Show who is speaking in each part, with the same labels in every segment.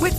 Speaker 1: With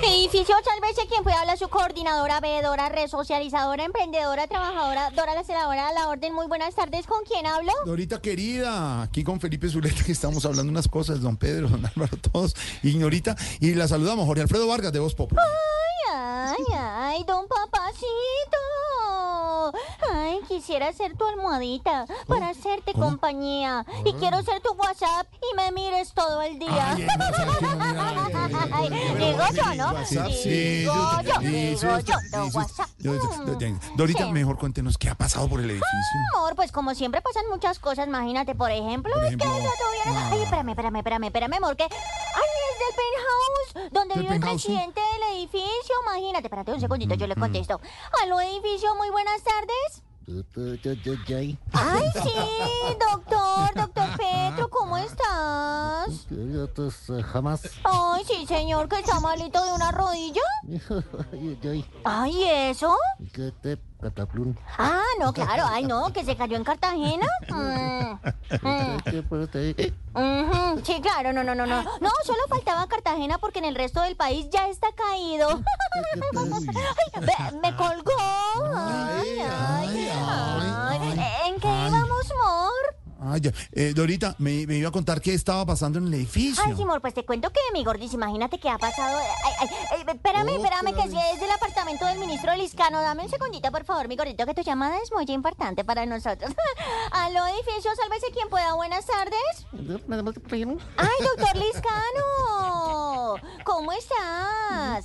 Speaker 2: Edificio Ochal Verse, quien fue habla su coordinadora, veedora, resocializadora, emprendedora, trabajadora, Dora la celadora, a la orden. Muy buenas tardes, ¿con quién hablo?
Speaker 3: Dorita querida, aquí con Felipe Zuleta que estamos hablando unas cosas, don Pedro, don Álvaro, todos, ignorita, y la saludamos, Jorge Alfredo Vargas de Voz Popular.
Speaker 2: Ay, ay, ay, don papacito. Ay, quisiera ser tu almohadita para hacerte compañía. Y quiero ser tu WhatsApp y me mires todo el día.
Speaker 3: Ay, no, sabes que no me da-
Speaker 2: Ay, digo yo, ¿no?
Speaker 3: WhatsApp, sí,
Speaker 2: Digo
Speaker 3: yo-
Speaker 2: yo,
Speaker 3: sí,
Speaker 2: digo
Speaker 3: sí,
Speaker 2: yo,
Speaker 3: sí,
Speaker 2: don
Speaker 3: sí,
Speaker 2: WhatsApp.
Speaker 3: yo- yo- yo- Dorita,
Speaker 2: Sí.
Speaker 3: mejor cuéntenos qué ha pasado por el edificio.
Speaker 2: Amor, pues como siempre pasan muchas cosas, imagínate, por ejemplo,
Speaker 3: Por
Speaker 2: es que
Speaker 3: ejemplo,
Speaker 2: el otro día-
Speaker 3: ah.
Speaker 2: Ay, espérame, espérame, espérame, espérame, amor, que... Ay, es del penthouse, donde
Speaker 3: ¿Del
Speaker 2: vive el
Speaker 3: penthouse, sí? Mm,
Speaker 2: presidente del edificio, imagínate, espérate un segundito, yo le contesto. Aló, edificio, muy buenas tardes. Ay, sí, doctor, doctor Petro, ¿cómo estás?
Speaker 4: jamás.
Speaker 2: Ay, sí, señor, que está malito de una rodilla. Ay, ¿eso? Ah, no, claro, ay, no, que se cayó en Cartagena. Mm, mm. Ujú, Sí, claro, no, no, no, no. No, solo faltaba Cartagena porque en el resto del país ya está caído. Ay, ve, me colgó. Ay, ay,
Speaker 3: ay, ay,
Speaker 2: ay.
Speaker 3: ay.
Speaker 2: ¿En qué
Speaker 3: Ay.
Speaker 2: íbamos, Mor?
Speaker 3: Ay, ya. Eh, Dorita, me, me iba a contar qué estaba pasando en el edificio.
Speaker 2: Ay, sí, amor, pues te cuento que mi gordis, imagínate que ha pasado. Ay, ay, ay, eh, espérame, espérame, que sí, es del apartamento del ministro Liscano. Dame un segundito, por favor, mi gordito, que tu llamada es muy importante para nosotros. Aló, edificio, sálvese quien pueda. Buenas tardes. Ay, doctor Liscano. ¿Cómo estás?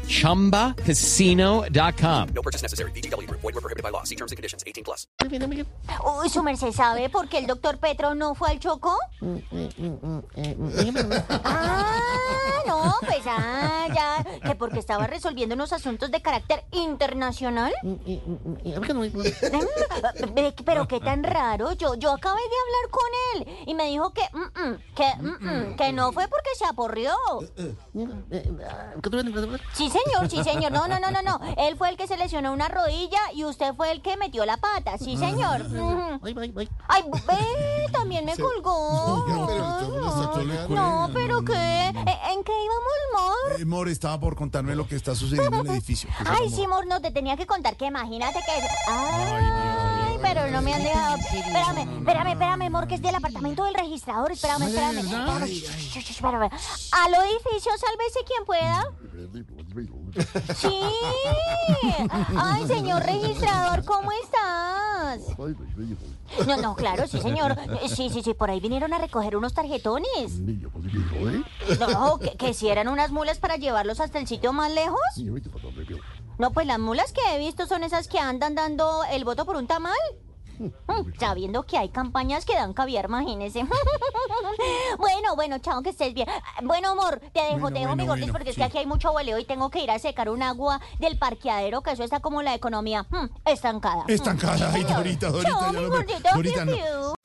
Speaker 5: chumbacasino.com.
Speaker 6: No purchase necessary. VGW Group. Void were prohibited by law. See terms and conditions. 18 plus.
Speaker 2: Uy, su merced sabe por qué el doctor Petro no fue al Chocó. Ah, no, pues ah, ya, que porque estaba resolviendo unos asuntos de carácter internacional. Mm, ve- Pero qué tan raro, yo, yo acabé de hablar con él y me dijo que, mm, mm, que, mm, mm, que no fue porque se aporrió. Sí, señor, sí, señor, no, no, no, no, no, él fue el que se lesionó una rodilla y usted fue el que metió la pata, sí, señor. Ujú. Ay, ve, también me colgó.
Speaker 3: No, pero esto no está
Speaker 2: No,
Speaker 3: colgando.
Speaker 2: No, pero ¿qué? ¿En- ¿En qué íbamos, Mor?
Speaker 3: Eh, Mor estaba por contarme lo que está sucediendo en el edificio. Por favor,
Speaker 2: Ay, sí, Mor, no, te tenía que contar que imagínate que... Ay, pero no me han dejado... Espérame, espérame, espérame, Mor, que es del apartamento del registrador. Espérame, espérame. espérame. Shh, shh, shh, espérame. Al edificio, sálvese quien pueda. Sí. Ay, señor registrador, ¿cómo estás? No, no, claro, sí, señor. Sí, sí, sí, por ahí vinieron a recoger unos tarjetones. No, que, que si eran unas mulas para llevarlos hasta el sitio más lejos. No, pues las mulas que he visto son esas que andan dando el voto por un tamal. Mm, Sabiendo que hay campañas que dan caviar, imagínese. bueno, bueno, chao, que estés bien. Bueno, amor, te dejo,
Speaker 3: Bueno,
Speaker 2: te dejo,
Speaker 3: bueno,
Speaker 2: mi gordis,
Speaker 3: bueno,
Speaker 2: porque es
Speaker 3: sí.
Speaker 2: que aquí hay mucho boleo y tengo que ir a secar un agua del parqueadero, que eso está como la economía mm, estancada. Mm.
Speaker 3: Estancada. Ay, Dorita, Dorita,
Speaker 2: Chao,
Speaker 3: ya
Speaker 2: mi
Speaker 3: no me-
Speaker 2: gordito,
Speaker 3: Dorita,
Speaker 2: piu,
Speaker 3: no.
Speaker 2: piu.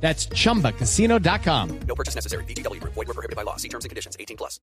Speaker 5: That's chumbacasino.com.
Speaker 6: No purchase necessary. VGW Group. Void were prohibited by law. See terms and conditions. 18 plus.